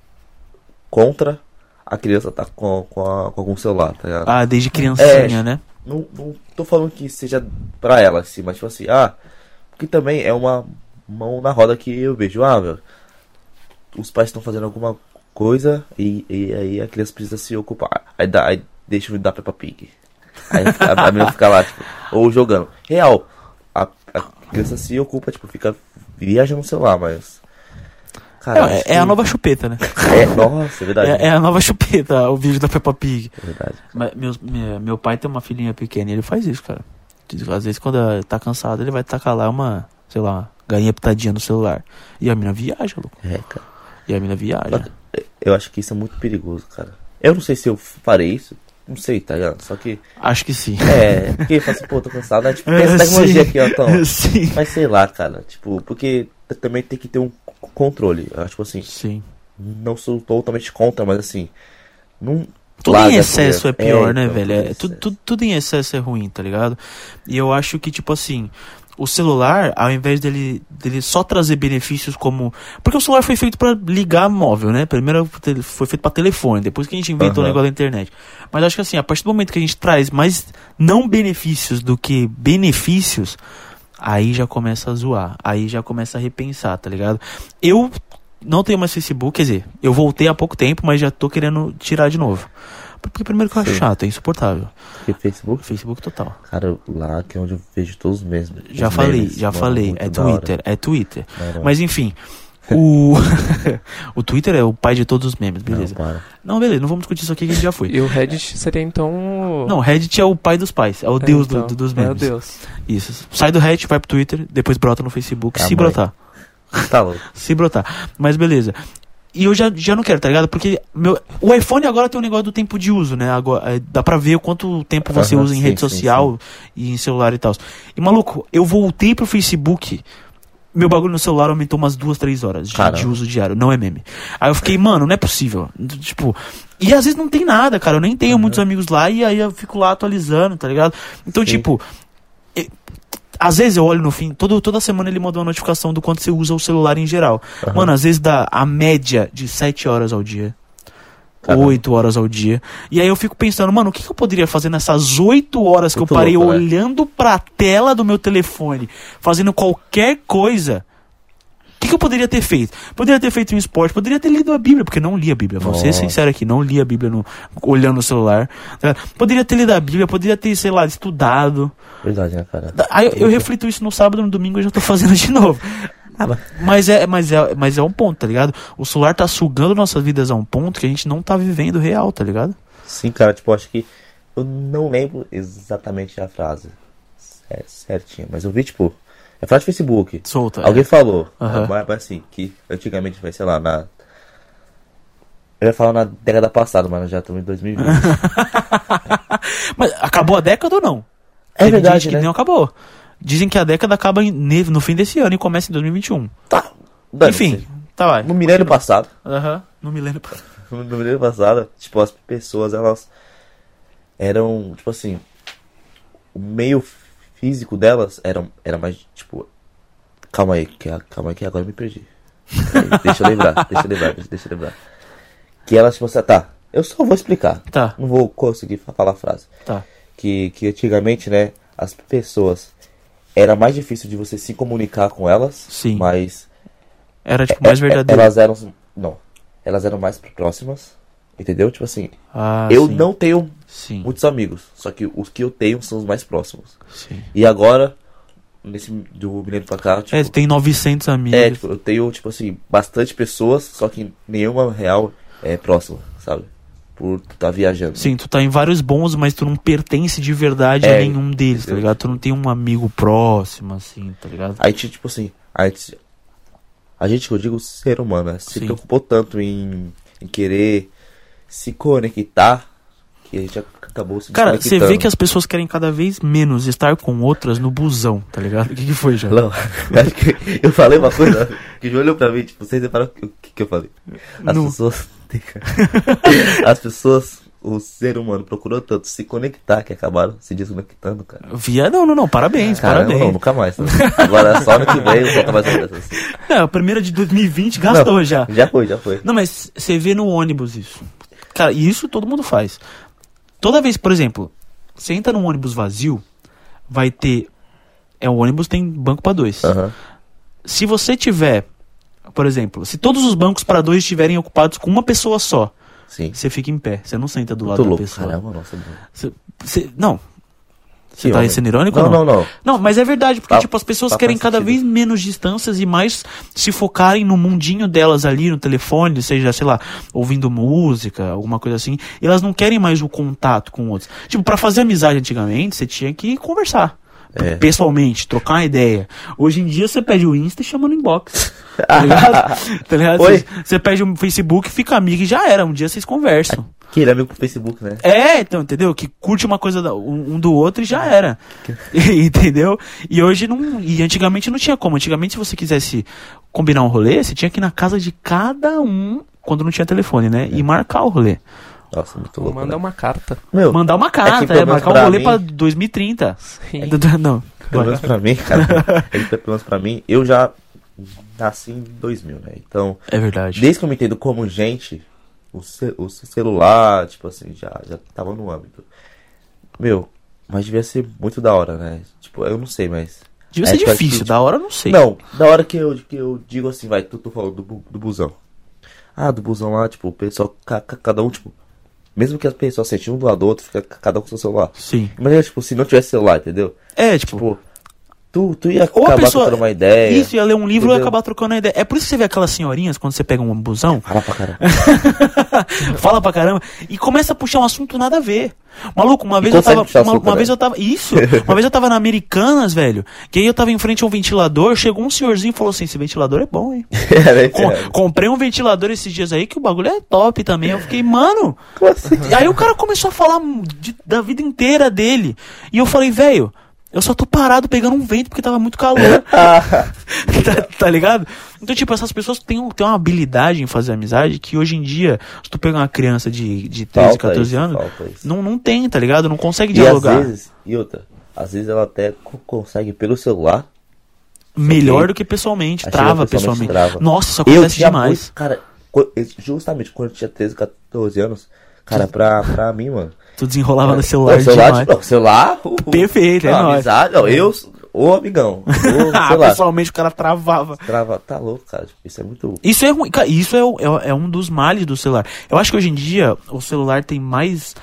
Speaker 3: contra a criança estar com, com, a- com algum celular, tá ligado?
Speaker 2: Ah, desde criancinha,
Speaker 3: É.
Speaker 2: né?
Speaker 3: Não, não tô falando que seja pra ela, assim, mas tipo assim, ah, porque também é uma mão na roda que eu vejo, ah, meu, os pais estão fazendo alguma coisa e, e aí a criança precisa se ocupar. Aí, dá, aí deixa eu dar Peppa Pig. Aí a, a menina fica lá, tipo, ou jogando. Real, a, a criança se ocupa, tipo, fica viajando no celular, mas.
Speaker 2: É,
Speaker 3: Cara, acho
Speaker 2: é a
Speaker 3: que-
Speaker 2: nova chupeta, né?
Speaker 3: É, nossa, é verdade.
Speaker 2: É, é a nova chupeta, o vídeo da Peppa Pig.
Speaker 3: é verdade.
Speaker 2: Mas meus- me- meu pai tem uma filhinha pequena e ele faz isso, cara. Diz- Às vezes, quando ela tá cansado, ele vai tacar lá uma, sei lá, uma galinha pitadinha no celular. E a mina viaja, louco.
Speaker 3: É, cara.
Speaker 2: E a mina viaja.
Speaker 3: Eu acho que isso é muito perigoso, cara. Eu não sei se eu farei isso. Não sei, tá ligado? Só que.
Speaker 2: Acho que sim.
Speaker 3: É, porque eu falo assim, pô, tô cansado, né? Tipo, tem essa tecnologia
Speaker 2: sim.
Speaker 3: aqui, ó, então.
Speaker 2: Sim.
Speaker 3: Mas sei lá, cara. Tipo, porque t- também tem que ter um c- controle. Eu, tipo assim,
Speaker 2: Sim.
Speaker 3: não sou totalmente contra, mas assim. Não.
Speaker 2: Tudo
Speaker 3: larga
Speaker 2: em
Speaker 3: a
Speaker 2: excesso
Speaker 3: criança.
Speaker 2: é pior, né,
Speaker 3: então,
Speaker 2: velho? É,
Speaker 3: em
Speaker 2: tudo,
Speaker 3: excesso.
Speaker 2: tudo, tudo em excesso é ruim, tá ligado? E eu acho que, tipo assim, o celular, ao invés dele, dele só trazer benefícios como. Porque o celular foi feito pra ligar móvel, né? Primeiro te- foi feito pra telefone, depois que a gente inventou o
Speaker 3: Aham.
Speaker 2: negócio da internet. Mas acho que assim, a partir do momento que a gente traz mais não benefícios do que benefícios, aí já começa a zoar, aí já começa a repensar, tá ligado? Eu não tenho mais Facebook, quer dizer, eu voltei há pouco tempo, mas já tô querendo tirar de novo. Porque primeiro que eu acho
Speaker 3: Sim.
Speaker 2: chato, é insuportável.
Speaker 3: Porque Facebook,
Speaker 2: Facebook total.
Speaker 3: cara, lá que é onde eu vejo todos os mesmos.
Speaker 2: Já
Speaker 3: os
Speaker 2: falei,
Speaker 3: memes,
Speaker 2: já
Speaker 3: mano,
Speaker 2: falei,
Speaker 3: muito
Speaker 2: é
Speaker 3: da hora.
Speaker 2: Twitter, é Twitter.
Speaker 3: Não, não.
Speaker 2: Mas enfim, o o Twitter é o pai de todos os memes,
Speaker 3: Não,
Speaker 2: beleza?
Speaker 3: para.
Speaker 2: Não, beleza, não vamos discutir isso aqui que a gente já foi.
Speaker 4: E o Reddit seria então. o-
Speaker 2: Não, Reddit é o pai dos pais, é o
Speaker 4: É,
Speaker 2: deus do-
Speaker 4: então,
Speaker 2: do- dos
Speaker 4: É o
Speaker 2: memes.
Speaker 4: Deus.
Speaker 2: Isso. Sai do Reddit, vai pro Twitter, depois brota no Facebook,
Speaker 3: É a
Speaker 2: se
Speaker 3: mãe.
Speaker 2: brotar.
Speaker 3: Tá louco.
Speaker 2: Se brotar. Mas beleza. E eu já, já não quero, tá ligado? Porque meu, o iPhone agora tem um negócio do tempo de uso, né? Agora, é, dá pra ver quanto tempo você
Speaker 3: Aham,
Speaker 2: usa em
Speaker 3: sim,
Speaker 2: rede
Speaker 3: sim,
Speaker 2: social e em celular e tal. E maluco, eu voltei pro Facebook. Meu bagulho no celular aumentou umas duas, três horas de,
Speaker 3: Caramba.
Speaker 2: de uso diário, não é meme. Aí eu fiquei, mano, não é possível. Tipo, e às vezes não tem nada, cara. Eu nem tenho muitos amigos lá e aí eu fico lá atualizando, tá ligado? Então,
Speaker 3: Sim.
Speaker 2: tipo, e- às vezes eu olho no fim, todo, toda semana ele manda uma notificação do quanto você usa o celular em geral.
Speaker 3: Aham.
Speaker 2: Mano, às vezes dá a média de 7 horas ao dia.
Speaker 3: Caramba.
Speaker 2: 8 horas ao dia. E aí eu fico pensando, mano, o que, que eu poderia fazer nessas 8 horas que
Speaker 3: Muito
Speaker 2: eu parei
Speaker 3: louco, né?
Speaker 2: olhando pra tela do meu telefone, fazendo qualquer coisa? O que, que eu poderia ter feito? Poderia ter feito um esporte, poderia ter lido a Bíblia, porque não li a Bíblia. Vou ser
Speaker 3: Nossa.
Speaker 2: sincero aqui, não li a Bíblia no- olhando o celular. tá? Poderia ter lido a Bíblia, poderia ter, sei lá, estudado.
Speaker 3: Verdade, né, cara?
Speaker 2: Da- Aí eu, eu reflito isso no sábado, no domingo eu já tô fazendo de novo.
Speaker 3: Ah,
Speaker 2: Mas é, mas, é, mas é um ponto, tá ligado? O celular tá sugando nossas vidas a um ponto que a gente não tá vivendo real, tá ligado?
Speaker 3: Sim, cara, tipo, acho que. Eu não lembro exatamente a frase é, certinha, mas eu vi, tipo. É frase do Facebook.
Speaker 2: Solta.
Speaker 3: Alguém falou,
Speaker 2: Aham.
Speaker 3: mas mas assim, que antigamente foi, sei lá, na. Eu ia falar na década passada, mas nós já estamos em 2020.
Speaker 2: Mas acabou a década ou não?
Speaker 3: É
Speaker 2: Teve
Speaker 3: verdade,
Speaker 2: gente que
Speaker 3: né?
Speaker 2: nem acabou. Dizem que a década acaba em- ne- no fim desse ano e começa em 2021.
Speaker 3: Tá. dane-se.
Speaker 2: Enfim, tá lá.
Speaker 3: No milênio passado,
Speaker 2: Aham, no milênio.
Speaker 3: no milênio passado, tipo, as pessoas, elas eram, tipo assim, o meio físico delas era, era mais, tipo, calma aí, que, calma aí que agora eu me perdi. Peraí, deixa eu lembrar, deixa eu lembrar, deixa, deixa eu lembrar. Que elas, tipo, assim, tá, eu só vou explicar.
Speaker 2: Tá,
Speaker 3: Não vou conseguir fa- falar a frase.
Speaker 2: tá.
Speaker 3: que, que antigamente, né, as pessoas era mais difícil de você se comunicar com elas,
Speaker 2: Sim.
Speaker 3: mas
Speaker 2: Era tipo mais
Speaker 3: é- é-
Speaker 2: verdadeiro.
Speaker 3: elas eram não, elas eram mais próximas, entendeu? Tipo assim,
Speaker 2: Ah,
Speaker 3: eu
Speaker 2: sim,
Speaker 3: não tenho
Speaker 2: Sim,
Speaker 3: muitos amigos, só que os que eu tenho são os mais próximos.
Speaker 2: sim.
Speaker 3: E agora nesse do milênio pra cá, tipo,
Speaker 2: É, tem 900 amigos.
Speaker 3: é, tipo, eu tenho tipo assim bastante pessoas, só que nenhuma real é próxima, sabe? Por estar tá viajando.
Speaker 2: Sim, tu tá em vários bons, mas tu não pertence de verdade a
Speaker 3: É,
Speaker 2: nenhum deles, tá
Speaker 3: eu-
Speaker 2: ligado? Tu não tem um amigo próximo, assim, tá ligado?
Speaker 3: A gente, tipo assim, a gente, a gente que eu digo ser humano, né? se
Speaker 2: Sim.
Speaker 3: preocupou tanto em, em querer se conectar que a gente ac- acabou se
Speaker 2: Cara, você vê que
Speaker 3: desconectando.
Speaker 2: as pessoas querem cada vez menos estar com outras no busão, tá ligado? O que, que foi, já?
Speaker 3: Não, acho que eu falei uma coisa que o João olhou pra mim, tipo, vocês repararam o que, que eu falei. As
Speaker 2: Não.
Speaker 3: pessoas. as pessoas, o ser humano procurou tanto se conectar que acabaram se desconectando, cara.
Speaker 2: Via, não, não, não, parabéns,
Speaker 3: Caramba, não,
Speaker 2: parabéns.
Speaker 3: nunca mais. né? Agora só no que vem eu solto mais uma dessas.
Speaker 2: É, a primeira de 2020 gastou
Speaker 3: Não,
Speaker 2: já.
Speaker 3: Já foi, já foi.
Speaker 2: Não, mas você vê no ônibus isso. Cara, e isso todo mundo faz. Toda vez, por exemplo, você entra num ônibus vazio, vai ter. É, o ônibus tem banco pra dois.
Speaker 3: Aham.
Speaker 2: se você tiver, por exemplo, se todos os bancos para dois estiverem ocupados com uma pessoa só,
Speaker 3: Sim.
Speaker 2: você fica em pé, você não senta do lado
Speaker 3: Muito
Speaker 2: da
Speaker 3: louco,
Speaker 2: pessoa.
Speaker 3: caramba, nossa. mano.
Speaker 2: Você- você- não. Você
Speaker 3: Que
Speaker 2: tá
Speaker 3: homem.
Speaker 2: sendo irônico ou
Speaker 3: Não,
Speaker 2: não?
Speaker 3: não, não.
Speaker 2: Não, mas é verdade, porque
Speaker 3: Tá-
Speaker 2: tipo, as pessoas
Speaker 3: tá
Speaker 2: querem
Speaker 3: faz
Speaker 2: cada
Speaker 3: sentido.
Speaker 2: vez menos distâncias e mais se focarem no mundinho delas ali no telefone, seja, sei lá, ouvindo música, alguma coisa assim, e elas não querem mais o contato com outros. Tipo, pra fazer amizade antigamente, você tinha que conversar.
Speaker 3: É.
Speaker 2: Pessoalmente, trocar uma ideia. Hoje em dia você pede o Insta e chama no inbox. Tá ligado? Tá ligado?
Speaker 3: Oi.
Speaker 2: Você, você pede o Facebook, fica amigo e já era. Um dia vocês conversam.
Speaker 3: Que ele é amigo do Facebook, né?
Speaker 2: É, então, entendeu? Que curte uma coisa da- um um do outro e já
Speaker 3: É.
Speaker 2: era. entendeu? E hoje não. E antigamente não tinha como. Antigamente, se você quisesse combinar um rolê, você tinha que ir na casa de cada um, quando não tinha telefone, né?
Speaker 3: É.
Speaker 2: E marcar o rolê.
Speaker 3: Nossa, muito louco.
Speaker 4: Manda
Speaker 3: né?
Speaker 4: uma carta.
Speaker 3: Meu,
Speaker 2: Mandar uma carta,
Speaker 3: pelo
Speaker 2: é,
Speaker 3: menos
Speaker 2: marcar um
Speaker 3: pra
Speaker 2: rolê
Speaker 3: mim-
Speaker 2: pra 2030.
Speaker 4: Sim.
Speaker 2: É, Não.
Speaker 3: pelo menos pra mim, cara. ele, pelo menos pra mim, eu já nasci em 2000, né? Então,
Speaker 2: É verdade.
Speaker 3: desde que eu me entendo como gente, o, ce- o celular, tipo assim, já, já tava no âmbito. Meu, mas devia ser muito da hora, né? Tipo, eu não sei, mas
Speaker 2: Devia
Speaker 3: É,
Speaker 2: ser
Speaker 3: tipo, acho
Speaker 2: difícil,
Speaker 3: que-
Speaker 2: da hora eu não sei.
Speaker 3: Não, da hora que eu, que eu digo assim, vai, tu, tu falou do, bu- do busão. Ah, do busão lá, tipo, o pessoal, ca- ca- cada um, tipo, mesmo que as pessoas sentam um do lado do outro, fica ca- cada um com seu celular.
Speaker 2: Sim.
Speaker 3: Imagina, tipo, se não tivesse celular, entendeu?
Speaker 2: É, tipo.
Speaker 3: Tipo, tu, tu ia
Speaker 2: ou a
Speaker 3: acabar
Speaker 2: pessoa.
Speaker 3: trocando uma ideia.
Speaker 2: Isso, ia ler um livro e ia
Speaker 3: entendeu?
Speaker 2: acabar trocando a ideia. É por isso que você vê aquelas senhorinhas quando você pega um busão,
Speaker 3: Fala pra caramba.
Speaker 2: fala pra caramba, e começa a puxar um assunto nada a ver. Maluco, uma vez eu
Speaker 3: consegue
Speaker 2: tava.
Speaker 3: puxar
Speaker 2: Uma,
Speaker 3: assunto,
Speaker 2: uma
Speaker 3: né?
Speaker 2: vez eu tava. Isso! Uma vez eu tava na Americanas, velho. Que aí eu tava em frente a um ventilador, chegou um senhorzinho e falou assim: esse ventilador é bom, hein?
Speaker 3: Era isso,
Speaker 2: Com-
Speaker 3: era.
Speaker 2: comprei um ventilador esses dias aí, que o bagulho é top também. Eu fiquei, mano.
Speaker 3: Como assim?
Speaker 2: E aí o cara começou a falar de- da vida inteira dele. E eu falei, velho, eu só tô parado pegando um vento porque tava muito calor. tá, tá ligado? Então, tipo, essas pessoas têm, um- têm uma habilidade em fazer amizade que hoje em dia, se tu pegar uma criança de, de 13,
Speaker 3: Falta
Speaker 2: 14
Speaker 3: isso,
Speaker 2: anos,
Speaker 3: falta isso.
Speaker 2: não, não tem, tá ligado? Não consegue
Speaker 3: E às
Speaker 2: dialogar
Speaker 3: vezes, e outra, às vezes ela até co- consegue pelo celular.
Speaker 2: melhor do que pessoalmente.
Speaker 3: Acho que
Speaker 2: Trava
Speaker 3: pessoalmente
Speaker 2: pessoalmente.
Speaker 3: trava.
Speaker 2: Nossa, isso
Speaker 3: eu
Speaker 2: acontece
Speaker 3: tinha
Speaker 2: demais.
Speaker 3: muito- cara, co- justamente quando eu tinha 13, 14 anos, cara, pra, pra mim, mano.
Speaker 2: Tu desenrolava no
Speaker 3: Não,
Speaker 2: celular,
Speaker 3: celular,
Speaker 2: demais.
Speaker 3: tipo, não, celular, uh, uh.
Speaker 2: Perfeito, é
Speaker 3: Não,
Speaker 2: nóis.
Speaker 3: amizade, não, eu, ô amigão, ô,
Speaker 2: Ah,
Speaker 3: sei lá,
Speaker 2: pessoalmente o cara travava.
Speaker 3: trava, tá louco, cara, tipo, isso é muito,
Speaker 2: Isso é ruim, cara, isso é, o- é, o- é um dos males do celular. Eu acho que hoje em dia o celular tem mais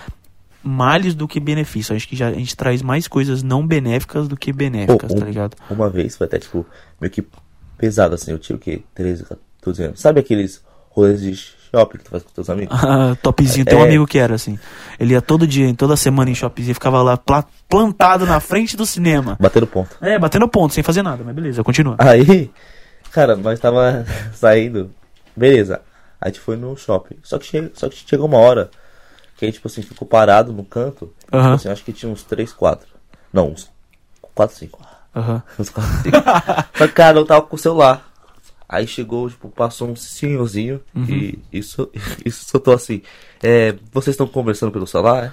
Speaker 2: males do que benefícios. Acho que já, a gente traz mais coisas não benéficas do que benéficas,
Speaker 3: Pô, um-
Speaker 2: tá ligado?
Speaker 3: uma vez foi até, tipo, meio que pesado, assim, eu tinha o quê, 13, 14 anos, sabe aqueles rolês de shopping que tu faz com teus amigos?
Speaker 2: Ah, Topzinho, tem um
Speaker 3: É.
Speaker 2: amigo que era assim. Ele ia todo dia, em toda semana em shoppingzinho, ficava lá pla- plantado na frente do cinema.
Speaker 3: Batendo ponto.
Speaker 2: É, batendo ponto, sem fazer nada, mas beleza, continua.
Speaker 3: Aí, cara, nós tava saindo. Beleza. A gente foi no shopping. Só que, che- só que chegou uma hora que a gente, tipo assim, ficou parado no canto. Tipo
Speaker 2: Aham.
Speaker 3: assim, acho que tinha uns 3, 4. Não, uns 4, 5.
Speaker 2: Aham.
Speaker 3: Uns 4, 5. só que, cara, eu tava com o celular. Aí chegou, tipo, passou um senhorzinho
Speaker 2: Uhum.
Speaker 3: e isso, isso soltou assim. É, vocês estão conversando pelo celular?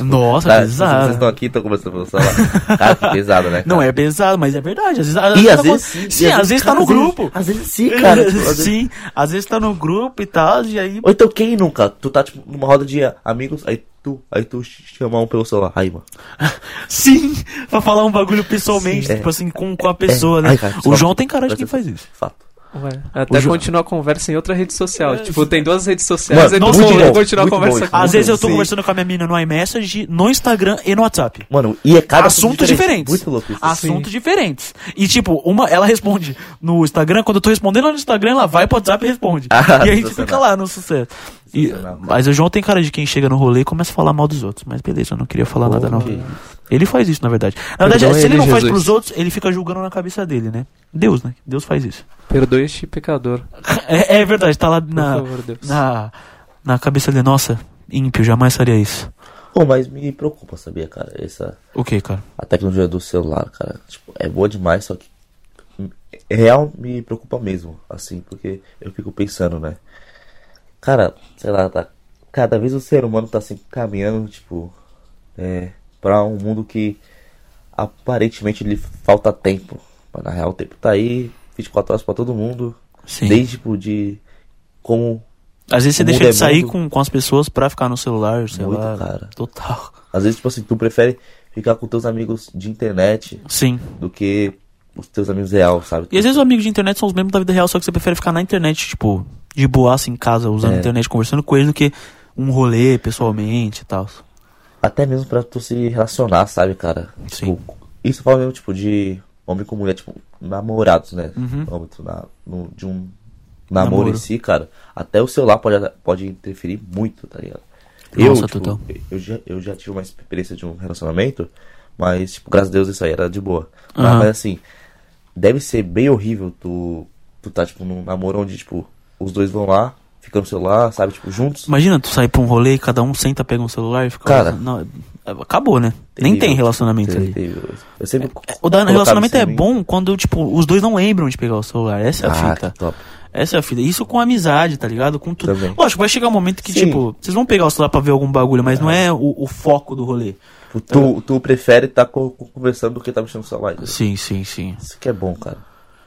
Speaker 2: Nossa,
Speaker 3: Tá, Vocês
Speaker 2: pesado.
Speaker 3: estão aqui, estão conversando pelo celular. Cara, que pesado, né?
Speaker 2: Não
Speaker 3: cara?
Speaker 2: é pesado, mas é verdade. Às vezes,
Speaker 3: E às
Speaker 2: tá
Speaker 3: vezes
Speaker 2: com-
Speaker 3: sim,
Speaker 2: sim,
Speaker 3: e
Speaker 2: às vezes tá
Speaker 3: cara,
Speaker 2: no
Speaker 3: às vezes-
Speaker 2: grupo.
Speaker 3: Às vezes sim, cara. tipo, às vezes-
Speaker 2: Sim, às vezes tá no grupo e tal, e aí.
Speaker 3: Ou então quem nunca? Tu tá tipo numa roda de amigos, aí tu, aí tu chama um pelo celular. Aí, mano.
Speaker 2: Sim, pra falar um bagulho pessoalmente,
Speaker 3: Sim,
Speaker 2: tipo assim, com, com a pessoa,
Speaker 3: É.
Speaker 2: né?
Speaker 3: Ai, cara,
Speaker 2: o
Speaker 3: desculpa.
Speaker 2: João tem cara de quem faz isso.
Speaker 3: Fato.
Speaker 4: Ué, até
Speaker 2: Ju-
Speaker 4: continuar a conversa em outra rede social.
Speaker 2: É.
Speaker 4: Tipo, tem duas redes sociais,
Speaker 3: Mano,
Speaker 4: aí
Speaker 2: nossa,
Speaker 4: tu
Speaker 2: muito
Speaker 4: continua-
Speaker 3: bom,
Speaker 4: continua a
Speaker 3: muito
Speaker 4: conversa
Speaker 3: bom
Speaker 4: com
Speaker 3: isso.
Speaker 2: Às vezes eu tô
Speaker 4: Sim.
Speaker 2: conversando com a minha mina no iMessage, no Instagram e no WhatsApp.
Speaker 3: Mano, e é cada
Speaker 2: Assuntos diferentes.
Speaker 3: Muito louco isso. assim.
Speaker 2: Assuntos diferentes. E tipo, uma, ela responde no Instagram, quando eu tô respondendo no Instagram, ela vai pro WhatsApp e responde.
Speaker 3: Ah,
Speaker 2: e a gente
Speaker 3: sensacional.
Speaker 2: fica lá no sucesso. E-
Speaker 3: Sensacional, cara.
Speaker 2: mas o João tem cara de quem chega no rolê e começa a falar mal dos outros. Mas beleza, eu não queria falar nada não. Ele faz isso, na verdade. Na verdade,
Speaker 4: Perdão
Speaker 2: se ele
Speaker 4: ele,
Speaker 2: não faz
Speaker 4: Jesus.
Speaker 2: pros outros, ele fica julgando na cabeça dele, né? Deus, né? Deus faz isso.
Speaker 4: Perdoe este pecador.
Speaker 2: É, é verdade, tá lá
Speaker 4: Por
Speaker 2: na,
Speaker 4: favor, Deus.
Speaker 2: na, na cabeça dele. Nossa, ímpio, jamais faria isso.
Speaker 3: Pô, mas me preocupa, sabia, cara? Essa
Speaker 2: O que, cara?
Speaker 3: a tecnologia do celular, cara. Tipo, é boa demais, só que é real me preocupa mesmo, assim, porque eu fico pensando, né? Cara, sei lá, tá, cada vez o ser humano tá assim caminhando, tipo, é, para um mundo que aparentemente lhe falta tempo. Mas na real o tempo tá aí, 24 horas pra todo mundo,
Speaker 2: Sim.
Speaker 3: desde tipo de como
Speaker 2: Às vezes você
Speaker 3: O
Speaker 2: deixa
Speaker 3: mundo
Speaker 2: de
Speaker 3: é
Speaker 2: sair
Speaker 3: mundo.
Speaker 2: com, com as pessoas pra ficar no celular, sei
Speaker 3: Muito,
Speaker 2: lá.
Speaker 3: cara.
Speaker 2: Total.
Speaker 3: às vezes tipo assim, tu prefere ficar com teus amigos de internet
Speaker 2: Sim.
Speaker 3: do que os teus amigos real, sabe?
Speaker 2: E às vezes os amigos de internet são os mesmos da vida real, só que você prefere ficar na internet, tipo, de boaça em casa, usando a
Speaker 3: É.
Speaker 2: internet, conversando com eles, do que um rolê pessoalmente e tal.
Speaker 3: Até mesmo pra tu se relacionar, sabe, cara?
Speaker 2: Sim.
Speaker 3: Tipo, isso fala mesmo, tipo, de homem com mulher, tipo, namorados, né?
Speaker 2: Uhum.
Speaker 3: No âmbito na- no- de um namoro,
Speaker 2: Namoro.
Speaker 3: em si, cara. Até o celular pode, pode interferir muito, tá ligado? eu,
Speaker 2: Nossa,
Speaker 3: tipo,
Speaker 2: total.
Speaker 3: eu, já, eu já tive uma experiência de um relacionamento, mas, tipo, graças a Deus isso aí era de boa. Mas,
Speaker 2: Aham.
Speaker 3: mas, assim, deve ser bem horrível tu, tu tá, tipo, num namoro onde, tipo, os dois vão lá, ficam no celular, sabe, tipo, juntos.
Speaker 2: Imagina tu sair pra um rolê, cada um senta, pega um celular e fica.
Speaker 3: Cara.
Speaker 2: Não, acabou, né? Nem tem
Speaker 3: Terrível.
Speaker 2: relacionamento ali.
Speaker 3: Terrível. Eu sempre
Speaker 2: O da
Speaker 3: colocava
Speaker 2: relacionamento é
Speaker 3: isso em mim.
Speaker 2: bom quando, tipo, os dois não lembram de pegar o celular. Essa é a
Speaker 3: né? Ah,
Speaker 2: fita.
Speaker 3: que top.
Speaker 2: Essa é a fita. Isso com amizade, tá ligado? Com tudo.
Speaker 3: Também.
Speaker 2: Lógico, vai chegar um momento que,
Speaker 3: Sim. Ah.
Speaker 2: tipo, vocês vão pegar o celular pra ver algum bagulho, mas não é o, o foco do rolê.
Speaker 3: Tipo, Tu, tu prefere estar conversando do que estar mexendo no celular. entendeu?
Speaker 2: Sim, sim, sim.
Speaker 3: Isso que é bom, cara.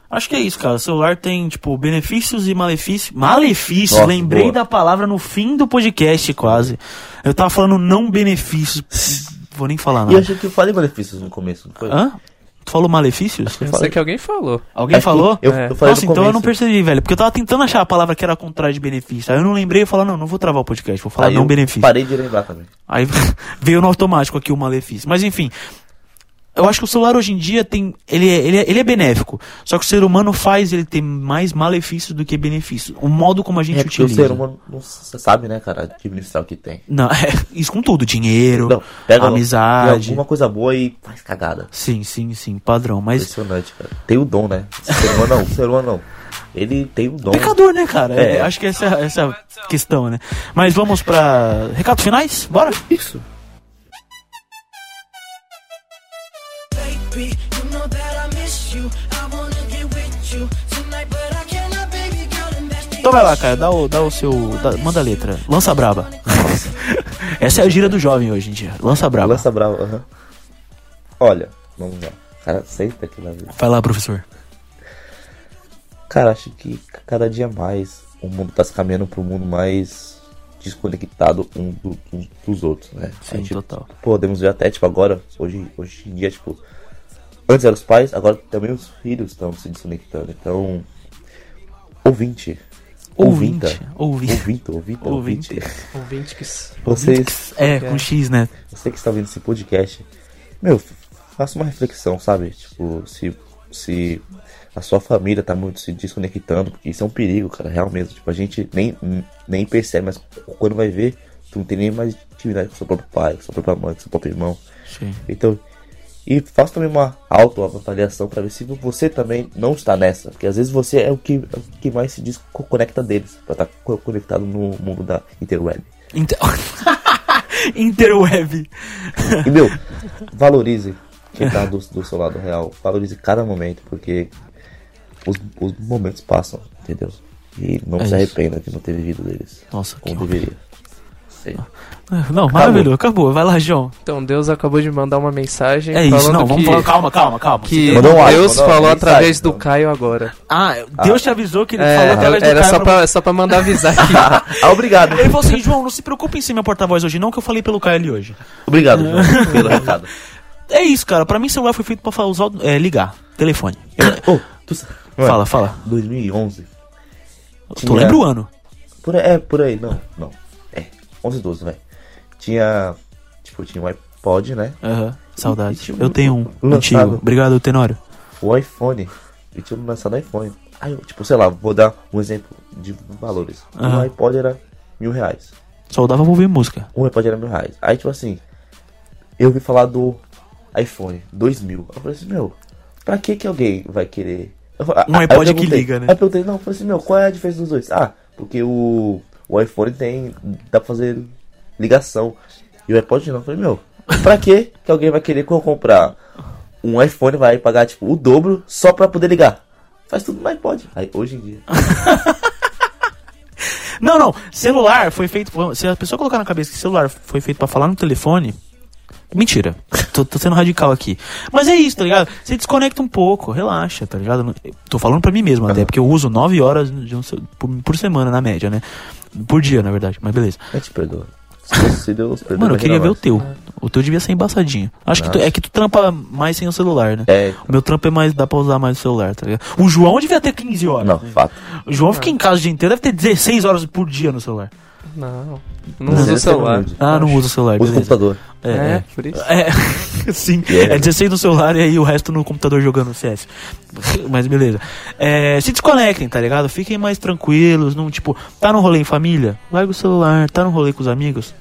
Speaker 2: Acho que é isso, cara. O celular tem, tipo, benefícios e malefícios. Malefícios,
Speaker 3: Nossa,
Speaker 2: lembrei
Speaker 3: boa.
Speaker 2: da palavra no fim do podcast, quase. Eu tava falando não benefícios. Vou nem falar
Speaker 3: E eu
Speaker 2: nada.
Speaker 3: achei que eu falei benefícios no começo, não foi?
Speaker 2: Ah. Hã? Tu falou malefícios?
Speaker 4: Eu sei
Speaker 3: falei.
Speaker 4: que alguém falou.
Speaker 2: Alguém
Speaker 3: Acho que
Speaker 2: falou?
Speaker 3: Eu,
Speaker 4: É.
Speaker 3: eu falei
Speaker 2: Nossa,
Speaker 3: no
Speaker 2: então eu não
Speaker 3: começo.
Speaker 2: percebi, velho. Porque eu tava tentando achar a palavra que era contrário de benefício. Aí eu não lembrei e falei, "Ah, não, não vou travar o podcast, vou falar
Speaker 3: Aí
Speaker 2: não
Speaker 3: eu
Speaker 2: benefício.
Speaker 3: Parei de lembrar também.
Speaker 2: Aí veio no automático aqui o malefício. Mas enfim, eu acho que o celular hoje em dia tem. Ele é, ele é, ele é benéfico. Só que o ser humano faz ele ter mais malefícios do que benefícios. O modo como a gente
Speaker 3: É porque o
Speaker 2: utiliza.
Speaker 3: ser humano não s- sabe, né, cara, administrar o que tem.
Speaker 2: Não, é, isso com tudo. Dinheiro,
Speaker 3: Não, pega
Speaker 2: amizade.
Speaker 3: tem alguma coisa boa e faz cagada.
Speaker 2: Sim, sim, sim, padrão. Mas.
Speaker 3: Impressionante, cara. Tem o dom, né? O ser humano não, o ser humano não. Ele tem o dom.
Speaker 2: Pecador, né, cara?
Speaker 3: É.
Speaker 2: É, acho que essa, essa é a questão, né? Mas vamos pra. Recados finais? Bora?
Speaker 3: Isso.
Speaker 5: baby. You know that I miss you. I wanna get with you tonight, but I cannot, baby girl, and that's the
Speaker 2: Então vai lá, cara, dá o, dá o seu. dá- manda a letra. Lança braba. Essa é a gira do jovem hoje em dia. Lança braba.
Speaker 3: Lança brava. aham. Olha, vamos lá. O cara senta aqui na vida.
Speaker 2: Vai lá, professor.
Speaker 3: Cara, acho que cada dia mais o mundo tá se caminhando pro mundo mais desconectado um do- um dos outros, né?
Speaker 2: Sim,
Speaker 3: A
Speaker 4: tipo,
Speaker 3: gente-
Speaker 2: total.
Speaker 3: Podemos ver até, tipo, agora, hoje, hoje em dia, tipo, antes eram os pais, agora também os filhos estão se desconectando. Então, ouvinte. Ouvinta.
Speaker 2: Ouvinte. Ouvinte.
Speaker 3: Ouvinto, ouvinto,
Speaker 2: Ouvinte.
Speaker 3: ouvinte.
Speaker 4: Ouvinte que... s-
Speaker 3: Vocês,
Speaker 2: É, com X, né?
Speaker 3: você que está vendo esse podcast, meu, faça uma reflexão, sabe? Tipo, se, se a sua família tá muito se desconectando, porque isso é um perigo, cara, real mesmo. Tipo, a gente nem, nem percebe, mas quando vai ver, tu não tem nem mais intimidade com seu próprio pai, com sua própria mãe, com seu próprio irmão.
Speaker 2: Sim.
Speaker 3: Então, e faça também uma autoavaliação para ver se você também não está nessa. Porque às vezes você é o que, é o que mais se desconecta deles, para estar conectado no mundo da interweb.
Speaker 2: Inter... Interweb.
Speaker 3: E, meu, valorize quem tá do, do seu lado real. Valorize cada momento, porque os, os momentos passam, entendeu? E não
Speaker 2: É
Speaker 3: se
Speaker 2: isso.
Speaker 3: arrependa de não ter vivido deles.
Speaker 2: Nossa, que É,
Speaker 3: Como deveria. Sei.
Speaker 2: Não, maravilhoso, acabou. Vai lá, João.
Speaker 4: Então, Deus acabou de mandar uma mensagem
Speaker 2: É isso,
Speaker 4: falando
Speaker 2: não, vamos
Speaker 4: que...
Speaker 2: falar. Calma, calma, calma.
Speaker 4: que
Speaker 3: Mandou um áudio,
Speaker 4: Deus
Speaker 3: mandou uma
Speaker 4: falou
Speaker 3: mensagem,
Speaker 4: através do
Speaker 3: então.
Speaker 4: Caio agora.
Speaker 2: Ah, Deus te avisou que ele
Speaker 4: É,
Speaker 2: falou através do
Speaker 4: era
Speaker 2: cara
Speaker 4: só pra, é só pra mandar avisar aqui.
Speaker 3: Ah, obrigado.
Speaker 2: Ele falou assim, João, não se preocupe em ser meu porta-voz hoje, não que eu falei pelo Caio ali hoje.
Speaker 3: Obrigado, João, pelo recado.
Speaker 2: É isso, cara. Pra mim, celular foi feito pra fa- usar, o- é, ligar. Telefone.
Speaker 3: Ô, tu sa- Mano,
Speaker 2: Fala, fala.
Speaker 3: 2011.
Speaker 2: Tu
Speaker 3: Tinha-
Speaker 2: lembra o ano?
Speaker 3: Por aí, é, por aí. Não, não. É, 11, 12, vai. Tinha, tipo, tinha um iPod, né?
Speaker 2: Aham, saudade. Eu tenho um
Speaker 3: Lançado.
Speaker 2: antigo. Obrigado, Tenório.
Speaker 3: o iPhone. Eu tinha lançado o iPhone. Aí, eu, tipo, sei lá, vou dar um exemplo de valores.
Speaker 2: Aham.
Speaker 3: Um iPod era mil reais.
Speaker 2: Só dava pra ouvir música.
Speaker 3: Um iPod era mil reais. Aí, tipo assim, eu ouvi falar do iPhone, dois mil. Eu falei assim, meu, pra que que alguém vai querer... Eu fa-
Speaker 2: Um
Speaker 3: aí eu
Speaker 2: iPod que
Speaker 3: perguntei.
Speaker 2: liga, né?
Speaker 3: Aí eu perguntei, não, eu falei assim, meu, qual é a diferença dos dois? Ah, porque o, o iPhone tem, dá pra fazer ligação. E o iPod não. Eu falei, meu, pra que que alguém vai querer co- comprar um iPhone, vai pagar, tipo, o dobro só pra poder ligar? Faz tudo no iPod. Aí, hoje em dia.
Speaker 2: Não, não. Celular foi feito. Se a pessoa colocar na cabeça que celular foi feito pra falar no telefone. Mentira. Tô, tô sendo radical aqui. Mas é isso, tá ligado? Você desconecta um pouco, relaxa, tá ligado? Não- eu Tô falando pra mim mesmo até, porque eu uso 9 horas de um ce- por, por semana, na média, né? Por dia, na verdade, mas beleza.
Speaker 3: Eu te perdoo. Se fosse se Deus, perdoa,
Speaker 2: Mano, eu queria ver o
Speaker 3: imagina
Speaker 2: teu. O teu devia ser embaçadinho. Acho que tu- é que tu trampa mais sem o celular, né?
Speaker 3: É.
Speaker 2: O meu trampo é mais. dá pra usar mais o celular, tá ligado? O João devia ter 15 horas.
Speaker 3: nós. Não, fato.
Speaker 2: O João fica em casa o dia inteiro, deve ter 16 horas por dia no celular.
Speaker 4: Não, não usa o
Speaker 3: Deve ser
Speaker 4: celular.
Speaker 3: humilde.
Speaker 2: Ah, não
Speaker 4: Acho.
Speaker 2: usa o celular,
Speaker 3: Usa o
Speaker 2: beleza.
Speaker 3: computador.
Speaker 2: É,
Speaker 4: É,
Speaker 2: é.
Speaker 4: por isso.
Speaker 2: É, sim.
Speaker 3: Yeah.
Speaker 2: É 16 no celular e aí o resto no computador jogando CS. Mas beleza. É, se desconectem, tá ligado? Fiquem mais tranquilos. Não, tipo, tá no rolê em família? Larga o celular. Tá no rolê com os amigos?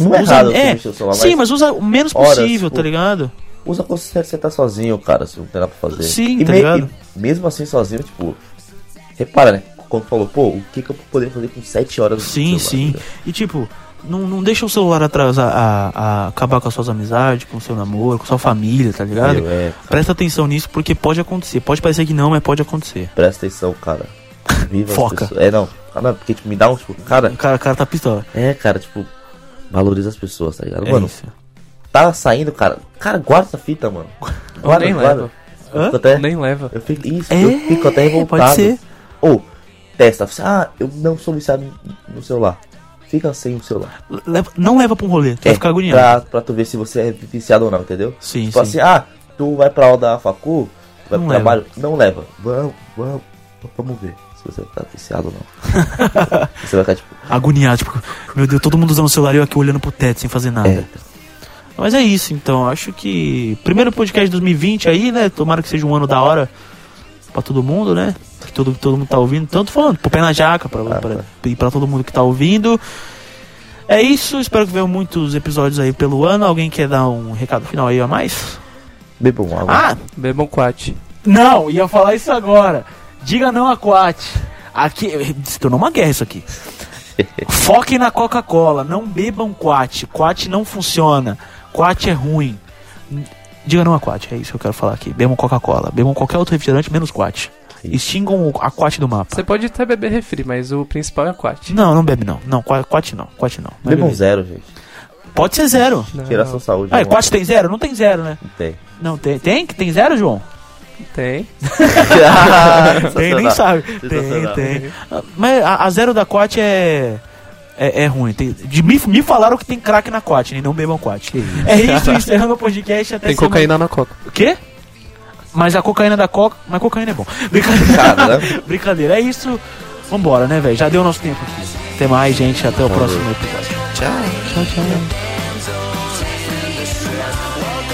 Speaker 3: Não é
Speaker 2: usa,
Speaker 3: errado você
Speaker 2: é,
Speaker 3: mexer no celular,
Speaker 2: Sim, mas usa o menos
Speaker 3: horas,
Speaker 2: possível,
Speaker 3: tipo,
Speaker 2: tá ligado?
Speaker 3: Usa quando você você tá sozinho, cara, se não tem nada pra fazer.
Speaker 2: Sim,
Speaker 3: e
Speaker 2: tá ligado?
Speaker 3: e mesmo assim sozinho, tipo, repara, né? Quando falou, pô, o que que eu poderia fazer com 7 horas? no
Speaker 2: Sim,
Speaker 3: celular,
Speaker 2: sim.
Speaker 3: entendeu?
Speaker 2: E tipo, não, não deixa o celular atrasar, a, a acabar com as suas amizades, com o seu namoro, com a sua família, tá ligado?
Speaker 3: Meu, é,
Speaker 2: Presta atenção nisso porque pode acontecer. Pode parecer que não, mas pode acontecer.
Speaker 3: presta atenção, cara. Viva as
Speaker 2: Foca.
Speaker 3: pessoas. É, não. Ah, não, porque tipo, me dá um, tipo, cara,
Speaker 2: O cara, o cara tá pistola.
Speaker 3: é, cara, tipo, valoriza as pessoas, tá ligado?
Speaker 2: É
Speaker 3: mano,
Speaker 2: isso.
Speaker 3: tá saindo, cara. Cara, guarda essa fita, mano.
Speaker 4: Ou
Speaker 3: Guarda,
Speaker 4: nem
Speaker 3: guarda.
Speaker 4: leva.
Speaker 3: Eu
Speaker 2: Hã?
Speaker 3: fico até,
Speaker 4: Nem leva.
Speaker 3: eu fico, isso,
Speaker 2: É,
Speaker 3: eu fico até revoltado.
Speaker 2: pode ser.
Speaker 3: Ou, testa, ah, eu não sou viciado no celular. Fica sem o celular. É,
Speaker 2: Leva- não leva pra um rolê, tu vai ficar agoniado.
Speaker 3: Pra, pra tu ver se você é viciado ou não, entendeu?
Speaker 2: Sim,
Speaker 3: tipo
Speaker 2: sim.
Speaker 3: assim, ah, tu vai pra aula da facu, vai
Speaker 2: Não
Speaker 3: pro trabalho, não leva. Vamos, vamos, vamos ver se você tá viciado ou não. você vai ficar tipo,
Speaker 2: Agoniado, tipo, meu Deus, todo mundo usando o celular e eu aqui olhando pro teto sem fazer nada.
Speaker 3: é,
Speaker 2: Mas é isso, então. Acho que. Primeiro podcast de 2020 aí, né? Tomara que seja um ano da hora pra todo mundo, né? Que todo, todo mundo tá ouvindo. Tanto falando, pro pé na jaca, pra,
Speaker 3: Ah,
Speaker 2: pra- e pra todo mundo que tá ouvindo. É isso, espero que venham muitos episódios aí pelo ano. Alguém quer dar um recado final aí a mais?
Speaker 3: beba um água.
Speaker 2: Ah,
Speaker 4: Bebam quat.
Speaker 2: não, ia falar isso agora. Diga não a Quat. Aqui se tornou uma guerra isso aqui. Foquem na Coca-Cola, não bebam Quat. Quat não funciona. Quat é ruim. Diga não a Quat, é isso que eu quero falar aqui. Bebam Coca-Cola, bebam qualquer outro refrigerante menos Quat. Extingam o- a Quat do mapa.
Speaker 4: Você pode até beber refri, mas o principal é
Speaker 3: Hum.
Speaker 4: quat.
Speaker 2: Não, não bebe não. Não, Qua- Quat não. Quat não. Não é
Speaker 3: beba um
Speaker 2: bebida.
Speaker 3: zero, gente.
Speaker 2: Pode ser zero.
Speaker 4: Não,
Speaker 3: Tirar sua saúde.
Speaker 2: Ah,
Speaker 3: não
Speaker 2: Quat tem zero? Não tem zero, né?
Speaker 3: Tem.
Speaker 2: Não tem. Tem que tem zero, João? É,
Speaker 4: Tem.
Speaker 2: Tem, nem sabe. Tem,
Speaker 3: Sensacional.
Speaker 2: tem. Mas a, a zero da Quat é. É, é ruim. Tem- de, me, me falaram que tem crack na Quat, né? Não bebam Quat. É isso, encerrando o podcast até
Speaker 4: Tem
Speaker 2: semana-
Speaker 4: cocaína na coca.
Speaker 2: O quê? Mas a cocaína da Coca. Mas cocaína é bom. Brincadeira.
Speaker 3: Cara, né?
Speaker 2: Brincadeira. É isso. Vambora, né, velho? Já deu nosso tempo aqui. Até mais, gente. Até o próximo episódio. Tchau, tchau.
Speaker 5: Walk